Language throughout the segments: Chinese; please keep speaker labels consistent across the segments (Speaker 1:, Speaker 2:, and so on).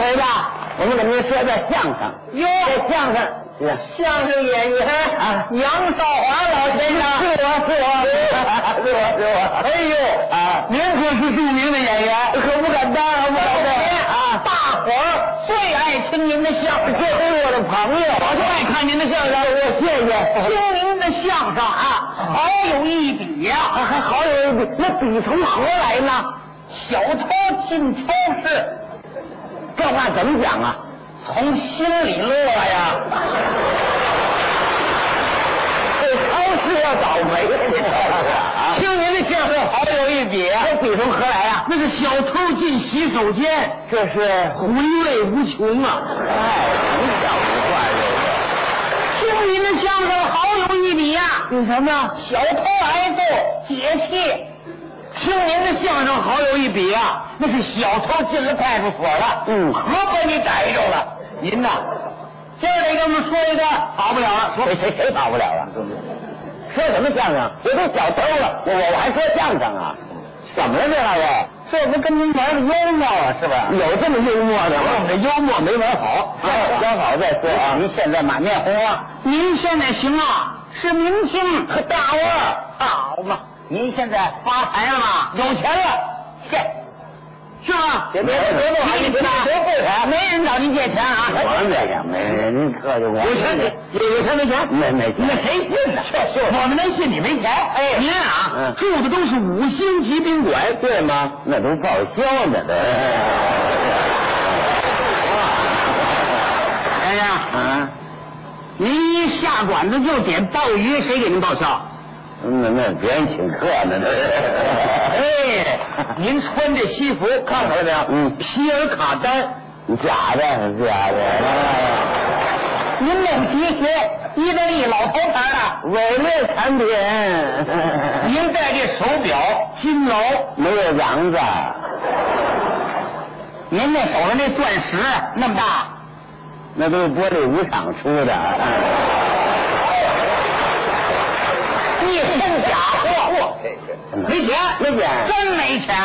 Speaker 1: 回吧，我们给您说段相声。
Speaker 2: 哟
Speaker 1: 这相声是
Speaker 2: 相声演员
Speaker 1: 啊
Speaker 2: 杨少华老先
Speaker 1: 是
Speaker 2: 生，
Speaker 1: 我是我是我是我。
Speaker 2: 哎呦
Speaker 1: 啊，
Speaker 2: 您可是著名的演员，
Speaker 1: 可不敢当啊，不敢当
Speaker 2: 啊，
Speaker 1: 啊！
Speaker 2: 大伙儿最爱听您的相
Speaker 1: 这
Speaker 2: 声，
Speaker 1: 是我的朋友，啊
Speaker 2: 我就爱看您的相声，
Speaker 1: 我谢谢。
Speaker 2: 听您的相声啊，好有一比呀、
Speaker 1: 啊，还好有一笔，那笔从何来呢？
Speaker 2: 小偷进超市，
Speaker 1: 这话怎么讲啊？
Speaker 2: 从心里乐呀。
Speaker 1: 这超市要倒霉啊！
Speaker 2: 听您的相声好有一比啊，
Speaker 1: 这笔从何来啊？
Speaker 2: 那是小偷进洗手间，
Speaker 1: 这是
Speaker 2: 回味无穷啊。
Speaker 1: 哎，不笑不话这个。
Speaker 2: 听您的相声好有一比呀、
Speaker 1: 有什么呀？
Speaker 2: 小偷挨揍解气。听您的相声好有一比啊，那是小偷进了派出所了，
Speaker 1: 嗯
Speaker 2: 可把你逮着了。您呐，今儿得给我们说一段，跑不了了，说
Speaker 1: 谁谁谁跑不了了？说什么相声？我都小偷了，我我我还说相声啊？怎么了这老爷？这不跟您玩的幽默啊，是吧？有这么幽默的吗？我们这幽默没玩好，
Speaker 2: 哎
Speaker 1: 玩好再说啊！您现在满面红啊光，
Speaker 2: 您现在行啊，是明星
Speaker 1: 可大腕儿，
Speaker 2: 好嘛，
Speaker 1: 您现在
Speaker 2: 发财了吗？
Speaker 1: 有钱了，嘿，
Speaker 2: 是吧？
Speaker 1: 别别别别
Speaker 2: 不
Speaker 1: 不
Speaker 2: 好
Speaker 1: 好
Speaker 2: 意
Speaker 1: 意
Speaker 2: 思
Speaker 1: 思
Speaker 2: 啊
Speaker 1: 啊，费钱。
Speaker 2: 没人找您借钱啊。
Speaker 1: 我没个没人客气，我
Speaker 2: 有钱有有钱没钱？
Speaker 1: 没没
Speaker 2: 那
Speaker 1: 钱，
Speaker 2: 谁信呢？
Speaker 1: 这是
Speaker 2: 我们能信你没钱？哎，您啊，
Speaker 1: 嗯哎
Speaker 2: 住的都是五星级宾馆，
Speaker 1: 对吗？那都报销呢，
Speaker 2: 哎呀
Speaker 1: 都，啊。
Speaker 2: 您一下馆子就点鲍鱼，谁给您报销？
Speaker 1: 那那别人请客呢，那
Speaker 2: 哎，您穿这西服看看，
Speaker 1: 看着没有？嗯，
Speaker 2: 皮尔卡丹，
Speaker 1: 假的，假的，
Speaker 2: 您弄皮鞋，意大利老头牌啊。
Speaker 1: 伪劣产品，
Speaker 2: 您戴这手表金劳，
Speaker 1: 没有瓤子，
Speaker 2: 您那手上那钻石那么大，
Speaker 1: 那都是玻璃舞厂出的。
Speaker 2: 一身假货，没钱，
Speaker 1: 没钱
Speaker 2: 真哎没钱，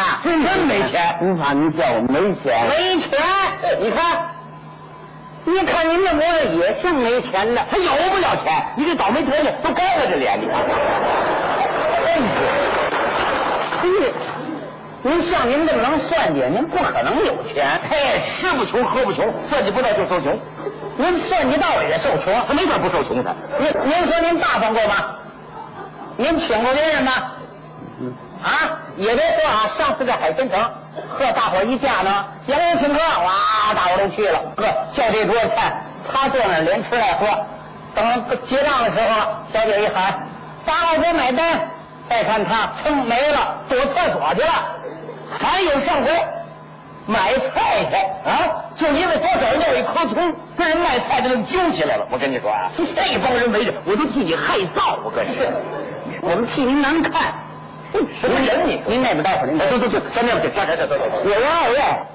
Speaker 2: 真没钱。
Speaker 1: 您怕您叫我没钱？
Speaker 2: 没钱，你看，你看您这模样也像没钱的，还有不了钱？你这倒霉德行都该了哎这脸，你看。真是，您像您这么能算计，您不可能有钱。嘿，吃不穷，喝不穷，算计不到就受穷。您算计到了也受穷，他没法不受穷的。您您说您大方过吗？您请过别人吗？啊，也别说啊，上次在海鲜城和大伙儿一架呢，洋人请客，哇，大伙儿都去了，呵，就这桌菜，他坐那儿连吃带喝。等结账的时候，小姐一喊：“八老哥买单！”再看他，噌没了，躲厕所去了。还有上回买菜去啊，就因为多少要一颗葱，跟人卖菜的就揪起来了。我跟你说啊，这帮人围着，我都替你害臊。我跟你说， 我们替您难看。什么人你？哎您那边待会儿，您嗯走走走，上那边去，上这这走走走。
Speaker 1: 我
Speaker 2: 啊
Speaker 1: 老爷，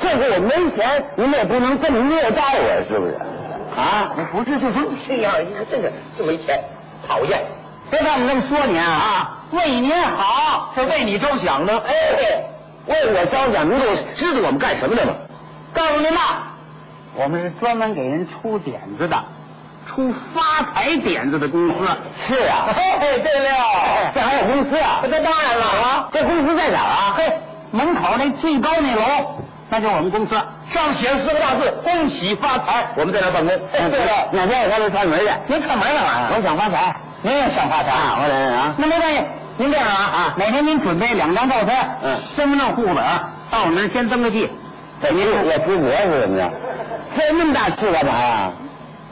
Speaker 1: 这是我没钱，您也不能这么虐待我，是不是？啊，
Speaker 2: 不是，就说这样，你看这个就没钱，讨厌。别看我们这么说您啊，为您好是为你着想的。哎，
Speaker 1: 为我着想，您就知道我们干什么的吗？
Speaker 2: 告诉您呐，我们是专门给人出点子的，出发财点子的公司。
Speaker 1: 是啊，
Speaker 2: 嘿，对了
Speaker 1: 这还有公司啊？
Speaker 2: 这当然了啊，
Speaker 1: 这公司在哪儿啊？
Speaker 2: 嘿，门口那最高那楼，那就是我们公司，上写着四个大字“恭喜发财”。
Speaker 1: 我们在那办公。
Speaker 2: 哎对了
Speaker 1: 哪天我上那串门去？
Speaker 2: 您看门干嘛呀？
Speaker 1: 我想发财。
Speaker 2: 您也想发财
Speaker 1: 啊，我来啊。
Speaker 2: 那没关系，您这样啊啊，哪天您准备两张照片，
Speaker 1: 嗯
Speaker 2: 身份证、户口本，到我们那儿先登个记。
Speaker 1: 在您我出国是怎么着？费那么大气干嘛呀？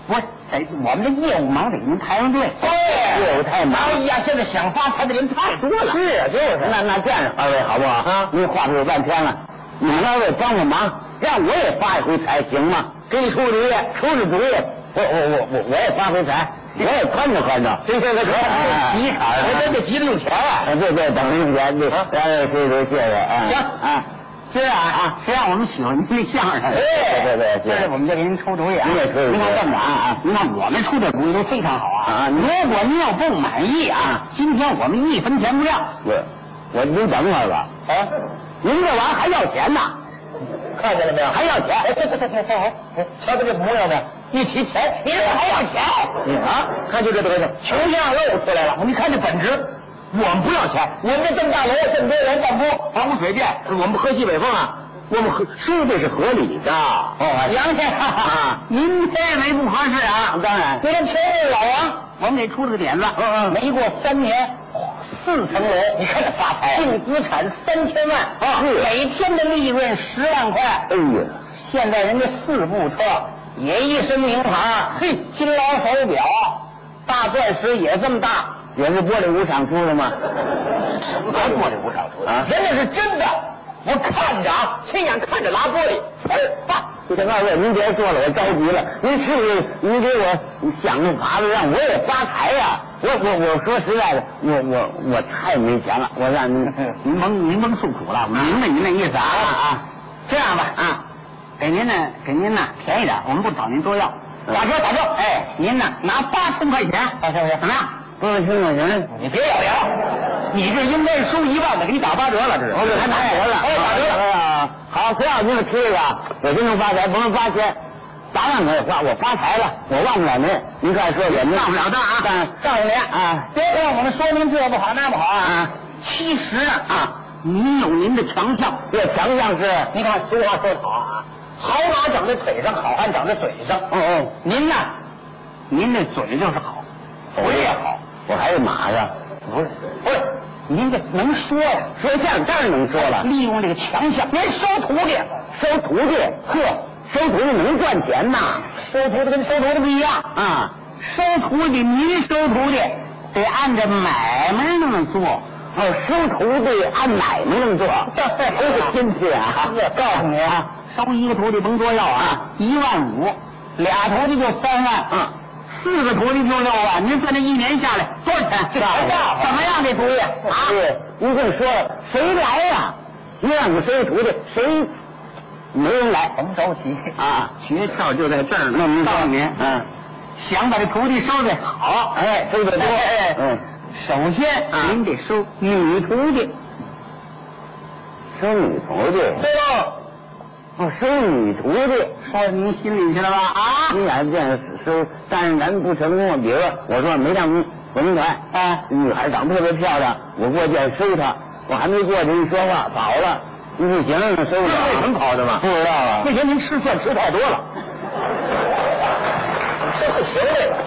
Speaker 2: 不是，哎，我们这业务忙得给您排上队。
Speaker 1: 业务太忙。
Speaker 2: 哎呀，现在想发财的人太多了。
Speaker 1: 是啊，就是。那那这样，二位好不好？
Speaker 2: 啊
Speaker 1: 您话说有半天了，你们二位帮个忙，让我也发一回财，行吗？给你出个主意，出个主意。我我我我我也发回财，我也宽敞宽敞。
Speaker 2: 行行行，
Speaker 1: 哎
Speaker 2: 急坎儿，
Speaker 1: 哎
Speaker 2: 得急着用钱
Speaker 1: 啊
Speaker 2: 了。
Speaker 1: 对对，等着钱，对，哎，对对，谢谢啊。
Speaker 2: 行
Speaker 1: 啊，
Speaker 2: 是啊啊，谁让我们喜欢您这相声？
Speaker 1: 对对对对
Speaker 2: 这是我们就给您出主意啊。
Speaker 1: 您也出主意
Speaker 2: 您看这么着啊啊，您看我们出的主意都非常好啊。
Speaker 1: 啊
Speaker 2: 如
Speaker 1: 您
Speaker 2: 果您要不满意啊，今天我们一分钱不要。
Speaker 1: 我我您等会儿吧。
Speaker 2: 哎，
Speaker 1: 您这玩意儿还要钱呢？
Speaker 2: 看见了没有？
Speaker 1: 还要钱
Speaker 2: 哎，这这这这这，瞧他这模样呢，一提钱，你这还要钱？
Speaker 1: 你
Speaker 2: 啊，看就这德行，穷相露出来了。你看这本质，我们不要钱，我们这这么大楼，这么多人办公，房屋水电，我们喝西北风啊，我们喝收费是合理的。哦，杨先生啊，您这为不合适啊，
Speaker 1: 当然
Speaker 2: 就跟前日老王，我们给出了个点子，嗯啊嗯，没过三年。四层楼，你看这发财，净资产三千万
Speaker 1: 啊是
Speaker 2: 每天的利润十万块，
Speaker 1: 哎呀，
Speaker 2: 现在人家四部车，也一身名牌，嘿，金劳手表，大钻石也这么大，
Speaker 1: 也是玻璃舞厂出 的吗？
Speaker 2: 什么玻璃舞厂出
Speaker 1: 啊
Speaker 2: 人家是真的，我看着啊，亲眼看着拉玻璃，呲儿啪。
Speaker 1: 这二位，您别说了，我着急了。您是不是您给我想个法子，让我也发财呀、我我我说实在的，我我我太没钱了，我让您
Speaker 2: 嗯
Speaker 1: 您甭您甭诉苦了，我明白您的意思啊啊。这样吧啊，给您呢给您呢便宜点，我们不找您多要。
Speaker 2: 打折打折，哎，
Speaker 1: 您呢拿八千块钱，
Speaker 2: 行行行，
Speaker 1: 怎么样？八千块钱，
Speaker 2: 你别咬牙，你这应该收一万的，给你打八折了，这是。
Speaker 1: 我给他打折了，
Speaker 2: 哎，打折了。
Speaker 1: 哦哎呀，好，不要您提这个，我真能发财，甭说八千，八万可以花，我发财了，我忘不了您，您快说说，您
Speaker 2: 忘不了的啊
Speaker 1: 但
Speaker 2: 告诉您
Speaker 1: 啊
Speaker 2: 别看我们说您这不好那不好啊
Speaker 1: 啊，
Speaker 2: 其实啊啊，您有您的强项。
Speaker 1: 啊这强项是，
Speaker 2: 你看俗话说得好啊，好马长在腿上，好汉长在嘴上。
Speaker 1: 哦哦，
Speaker 2: 您呐，您这嘴就是好，嘴也好，
Speaker 1: 我还是马呀，
Speaker 2: 不是不是，您这能说呀、
Speaker 1: 说相声当然能说了，
Speaker 2: 利用这个强项，您收徒弟，
Speaker 1: 收徒弟，呵，收徒弟能赚钱呐，
Speaker 2: 收徒弟跟收徒弟不一样，
Speaker 1: 啊，
Speaker 2: 收徒弟您收徒弟得按照买卖那么做。
Speaker 1: 哦，收徒弟按买卖 能做，哎呦，真 是啊，
Speaker 2: 告诉你啊，收一个徒弟甭多要啊，一万五，俩徒弟就三万，
Speaker 1: 嗯，
Speaker 2: 四个徒弟就六万，您算这一年下来多少钱？
Speaker 1: 这还大 吧
Speaker 2: 怎么样这主意 啊？
Speaker 1: 对，您这么说了，谁来呀、您让我收徒弟，谁没人来？
Speaker 2: 甭着急，
Speaker 1: 啊，
Speaker 2: 诀窍就在这儿
Speaker 1: 那您
Speaker 2: 告诉
Speaker 1: 说
Speaker 2: 您，
Speaker 1: 嗯，
Speaker 2: 啊想把这徒弟收的好，
Speaker 1: 哎收得多
Speaker 2: 哎，哎
Speaker 1: 嗯
Speaker 2: 首先
Speaker 1: 啊
Speaker 2: 您得收女徒弟，
Speaker 1: 收女徒弟，
Speaker 2: 对喽，
Speaker 1: 哦，收女徒弟，
Speaker 2: 说到您心里去了吧？啊，
Speaker 1: 你眼见收，但是咱不成功。比如说，我说没上文明团，
Speaker 2: 哎
Speaker 1: 女孩长得特别漂亮，我过去收她，我还没过去一说话跑了，你不行，收不了。
Speaker 2: 这是能跑的吗
Speaker 1: 不知道啊
Speaker 2: 不。行，您吃蒜吃太多 了。这不行了，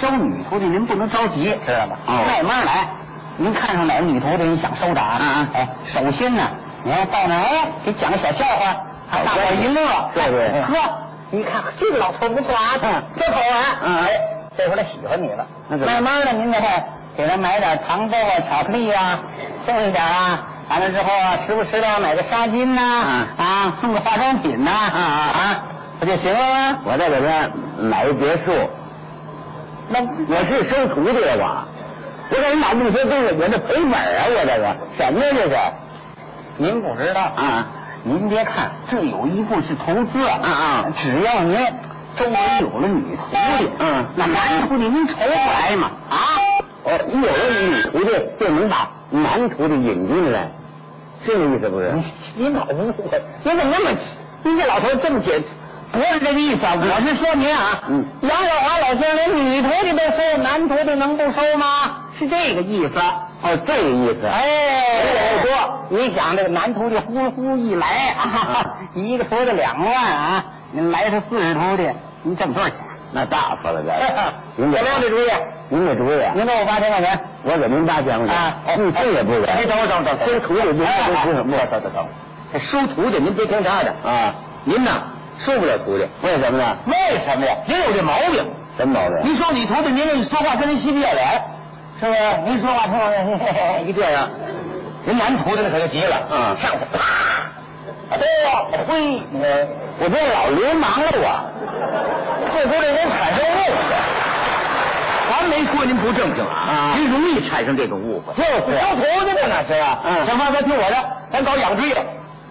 Speaker 2: 收女徒弟您不能着急，知道吗？
Speaker 1: 哦
Speaker 2: 慢慢来。您看上哪个女徒弟，你想收着啊？
Speaker 1: 嗯
Speaker 2: 哎，首先呢，你要到那儿哎，给讲个小笑话，大伙儿一乐，
Speaker 1: 对对
Speaker 2: 哎呵，你看这个老头不错啊，
Speaker 1: 嗯
Speaker 2: 真好玩。
Speaker 1: 嗯
Speaker 2: 哎，这回他喜欢你了。
Speaker 1: 那怎么
Speaker 2: 慢慢的，您呢给他买点糖豆啊、巧克力啊，送一点啊。完了之后啊，时不时的买个纱巾呐、啊，送个化妆品呐、啊，啊，不就行了吗？
Speaker 1: 我再给她买一别墅，
Speaker 2: 那
Speaker 1: 我是收徒弟我，我给人买那么些东西，我这赔本啊！我这个什么呀这是？
Speaker 2: 您不知道
Speaker 1: 啊，
Speaker 2: 您别看这有一步是投资啊
Speaker 1: 啊
Speaker 2: 只要您周围有了女徒弟，啊
Speaker 1: 嗯
Speaker 2: 那男徒弟您愁不来嘛啊？
Speaker 1: 哦，一有了女徒弟，就能把男徒弟引进来，是这意思不是？
Speaker 2: 您老误会，您怎么那么，您这老头这么解，不是这个意思啊，我是说您啊，
Speaker 1: 嗯
Speaker 2: 杨小华老先生连女徒弟都收，男徒弟能不收吗？是这个意思。
Speaker 1: 哦，这个意思。
Speaker 2: 哎，
Speaker 1: 哎
Speaker 2: 多，你想这个男徒弟呼呼一来啊，一个徒弟两万啊，您来是四十徒弟，您挣多少钱？
Speaker 1: 那大发了，这
Speaker 2: 怎么样，这主意？啊
Speaker 1: 您给主意，啊
Speaker 2: 您给我八千块钱。
Speaker 1: 我给您八千块
Speaker 2: 啊
Speaker 1: 钱，你这也不
Speaker 2: 哎，
Speaker 1: 给。
Speaker 2: 等会儿，等会儿，等会
Speaker 1: 这
Speaker 2: 儿，
Speaker 1: 徒弟不
Speaker 2: 哎
Speaker 1: 不不
Speaker 2: 哎
Speaker 1: 是不，等等
Speaker 2: 这收徒弟，您别听他的
Speaker 1: 等啊！
Speaker 2: 您呐收不了徒弟，
Speaker 1: 为什么呢？
Speaker 2: 为什么呀？您有这毛病。
Speaker 1: 什么毛病？啊
Speaker 2: 您说你徒弟，您这说话跟人嬉皮笑脸，是不是？您说话听我一啊这样，人男徒弟那可就急了，
Speaker 1: 嗯
Speaker 2: 上去啪，哦，嘿，
Speaker 1: 我这老流氓了我。
Speaker 2: 这都令人产生误会。咱没说您不正经
Speaker 1: 啊
Speaker 2: 您容易产生这种误会。
Speaker 1: 就是
Speaker 2: 收徒弟这哪是啊？
Speaker 1: 嗯
Speaker 2: 小芳，咱听我的，咱搞养殖业。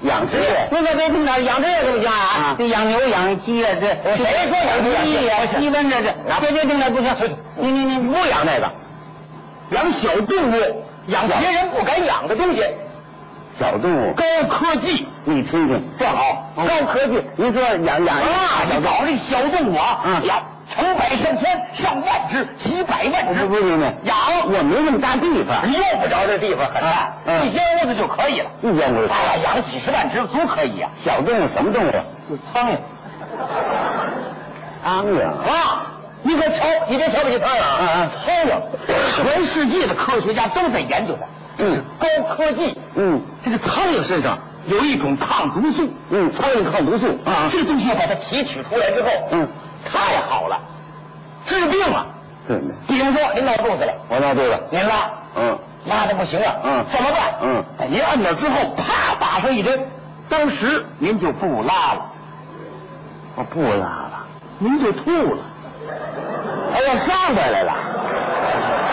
Speaker 1: 养殖业
Speaker 2: 您可别听哪养这个不行啊
Speaker 1: 啊！
Speaker 2: 这养牛、养鸡啊，这
Speaker 1: 谁说养鸡啊
Speaker 2: 鸡呀
Speaker 1: 不、行
Speaker 2: 鸡瘟这这，这这听哪不行？你你你不养那个，养小动物，养别人不敢养的东西。
Speaker 1: 小动物，
Speaker 2: 高科技，
Speaker 1: 你听听，
Speaker 2: 这好，
Speaker 1: 高科技，您说养养
Speaker 2: 啊，你搞这小动物啊，
Speaker 1: 嗯
Speaker 2: 养成百上千、上万只、几百万
Speaker 1: 我
Speaker 2: 只
Speaker 1: 不，不明白，
Speaker 2: 养
Speaker 1: 我没那么大地方，
Speaker 2: 你用不着这地方很大，
Speaker 1: 嗯
Speaker 2: 一间屋子就可以了。
Speaker 1: 一间屋子
Speaker 2: 哎呀，养几十万只足可以啊。
Speaker 1: 小动物什么动物？
Speaker 2: 有苍蝇
Speaker 1: 苍蝇，
Speaker 2: 啊！你可瞧，你别瞧不起苍蝇
Speaker 1: 嗯
Speaker 2: 啊
Speaker 1: 嗯！
Speaker 2: 苍蝇，全世界的科学家都在研究它。
Speaker 1: 嗯
Speaker 2: 高科技。
Speaker 1: 嗯
Speaker 2: 这个苍蝇身
Speaker 1: 啊
Speaker 2: 上有一种抗毒素，
Speaker 1: 嗯，苍蝇抗毒素啊，
Speaker 2: 这个东西要把它提取出来之后，
Speaker 1: 嗯，
Speaker 2: 太好了，治病啊！
Speaker 1: 对对，
Speaker 2: 比如说您闹肚子了，
Speaker 1: 我闹对了，
Speaker 2: 您拉
Speaker 1: 嗯，
Speaker 2: 拉的不行了，
Speaker 1: 嗯
Speaker 2: 怎么办？
Speaker 1: 嗯
Speaker 2: 哎，您按那之后，啪打上一针，当时您就不拉了，
Speaker 1: 我不拉了，
Speaker 2: 您就吐了，
Speaker 1: 哎呀，上回来了。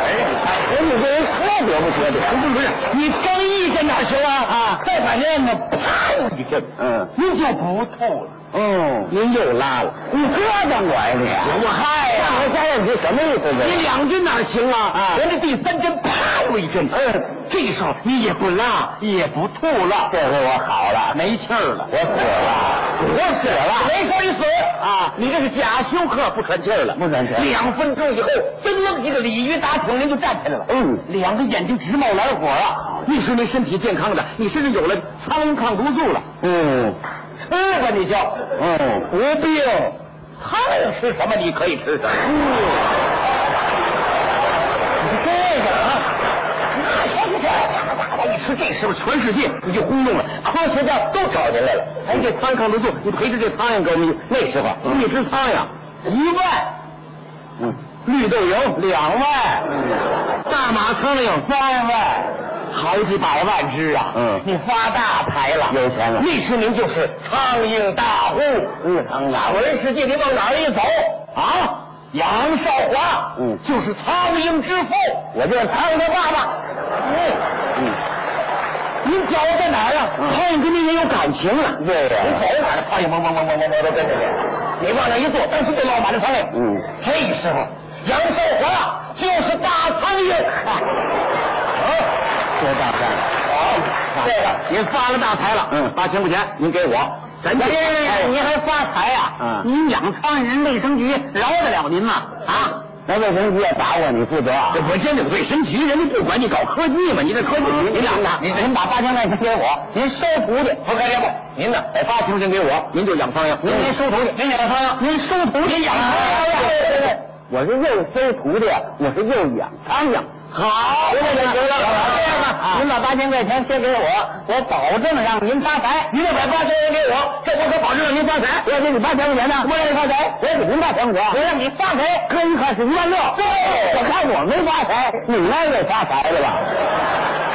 Speaker 2: 哎呀，你看
Speaker 1: 哎，你这人特别不缺德。
Speaker 2: 不是不是，你刚一针哪行啊？啊，快反正呢，啪一针，
Speaker 1: 嗯
Speaker 2: 您就不吐了。
Speaker 1: 哦，您又拉了，你这当我呀你？
Speaker 2: 我嗨呀、
Speaker 1: 上回加上你什么意思
Speaker 2: 你
Speaker 1: 这？
Speaker 2: 两针哪行啊？
Speaker 1: 啊
Speaker 2: 人家第三针啪又一针，
Speaker 1: 嗯，
Speaker 2: 这时候你也不拉，也不吐了，
Speaker 1: 这回我好了，
Speaker 2: 没气儿了
Speaker 1: 我。死了，我死了，
Speaker 2: 没说你死
Speaker 1: 啊
Speaker 2: 你这是假休克，不喘气儿了，
Speaker 1: 不喘气儿
Speaker 2: 两分钟以后，真愣一个鲤鱼打挺，人就站起来了。
Speaker 1: 嗯
Speaker 2: 两个眼睛直冒蓝火啊！你说您身体健康的，你甚至有了苍蝇抗毒素了，
Speaker 1: 嗯
Speaker 2: 吃吧你就。
Speaker 1: 嗯，无病。
Speaker 2: 苍蝇吃什么你可以吃什么。
Speaker 1: 嗯
Speaker 2: 这个啊，那行行，一吃这时候全世界你就轰动了，科学家都找您来了。哎，这苍蝇抗毒素，你培植这苍蝇给我们那时候
Speaker 1: 嗯
Speaker 2: 一只苍蝇一万，
Speaker 1: 嗯，
Speaker 2: 绿豆蝇两万，大马苍蝇三万。好几百万只啊！
Speaker 1: 嗯
Speaker 2: 你发大财了，
Speaker 1: 有钱了
Speaker 2: 那时您就是苍蝇大户，
Speaker 1: 嗯苍大户
Speaker 2: 全世界你往哪儿一走啊，杨少华，
Speaker 1: 嗯
Speaker 2: 就是苍蝇之父，
Speaker 1: 我就是
Speaker 2: 苍蝇他爸爸。嗯，
Speaker 1: 嗯，
Speaker 2: 您脚在哪儿啊？苍蝇跟您也有感情啊。
Speaker 1: 对呀
Speaker 2: 您走哪儿，苍蝇嗡嗡嗡嗡嗡嗡都跟着你。你往那一坐，当时就落满了苍蝇。
Speaker 1: 嗯，
Speaker 2: 这时候杨少华就是大苍蝇。啊，
Speaker 1: 多大善。
Speaker 2: 好，这个您发了大财了。
Speaker 1: 嗯
Speaker 2: 八千块钱您给我，啊咱
Speaker 1: 哎
Speaker 2: 您您还发财呀、
Speaker 1: 嗯
Speaker 2: 您养苍蝇，人卫生局饶得了您吗？啊？
Speaker 1: 那卫生局要打我，你负责啊
Speaker 2: 这？不真的卫生局，人家不管你搞科技嘛，你这科技局，嗯您养它，您您把八千块钱给我，您收徒弟，不可以不，您呢，把八千块钱给我，您就养苍蝇，您您收徒弟，您养苍蝇，您收徒弟养苍蝇，
Speaker 1: 我是又收徒弟，我是又养苍蝇。
Speaker 2: 好，
Speaker 1: 行行行行
Speaker 2: 这
Speaker 1: 这
Speaker 2: 样
Speaker 1: 样
Speaker 2: 吧
Speaker 1: 吧，
Speaker 2: 您
Speaker 1: 您
Speaker 2: 把八千块钱先给我，我保证让您发财。您再把八千块钱给我，这我可保证让您发财。
Speaker 1: 我要给你八千块钱呢，
Speaker 2: 我让你发财，
Speaker 1: 我给您八千块钱。
Speaker 2: 我让你发财。
Speaker 1: 哥一看是一万六，
Speaker 2: 对
Speaker 1: 我看我没发财，你那也发财了吧？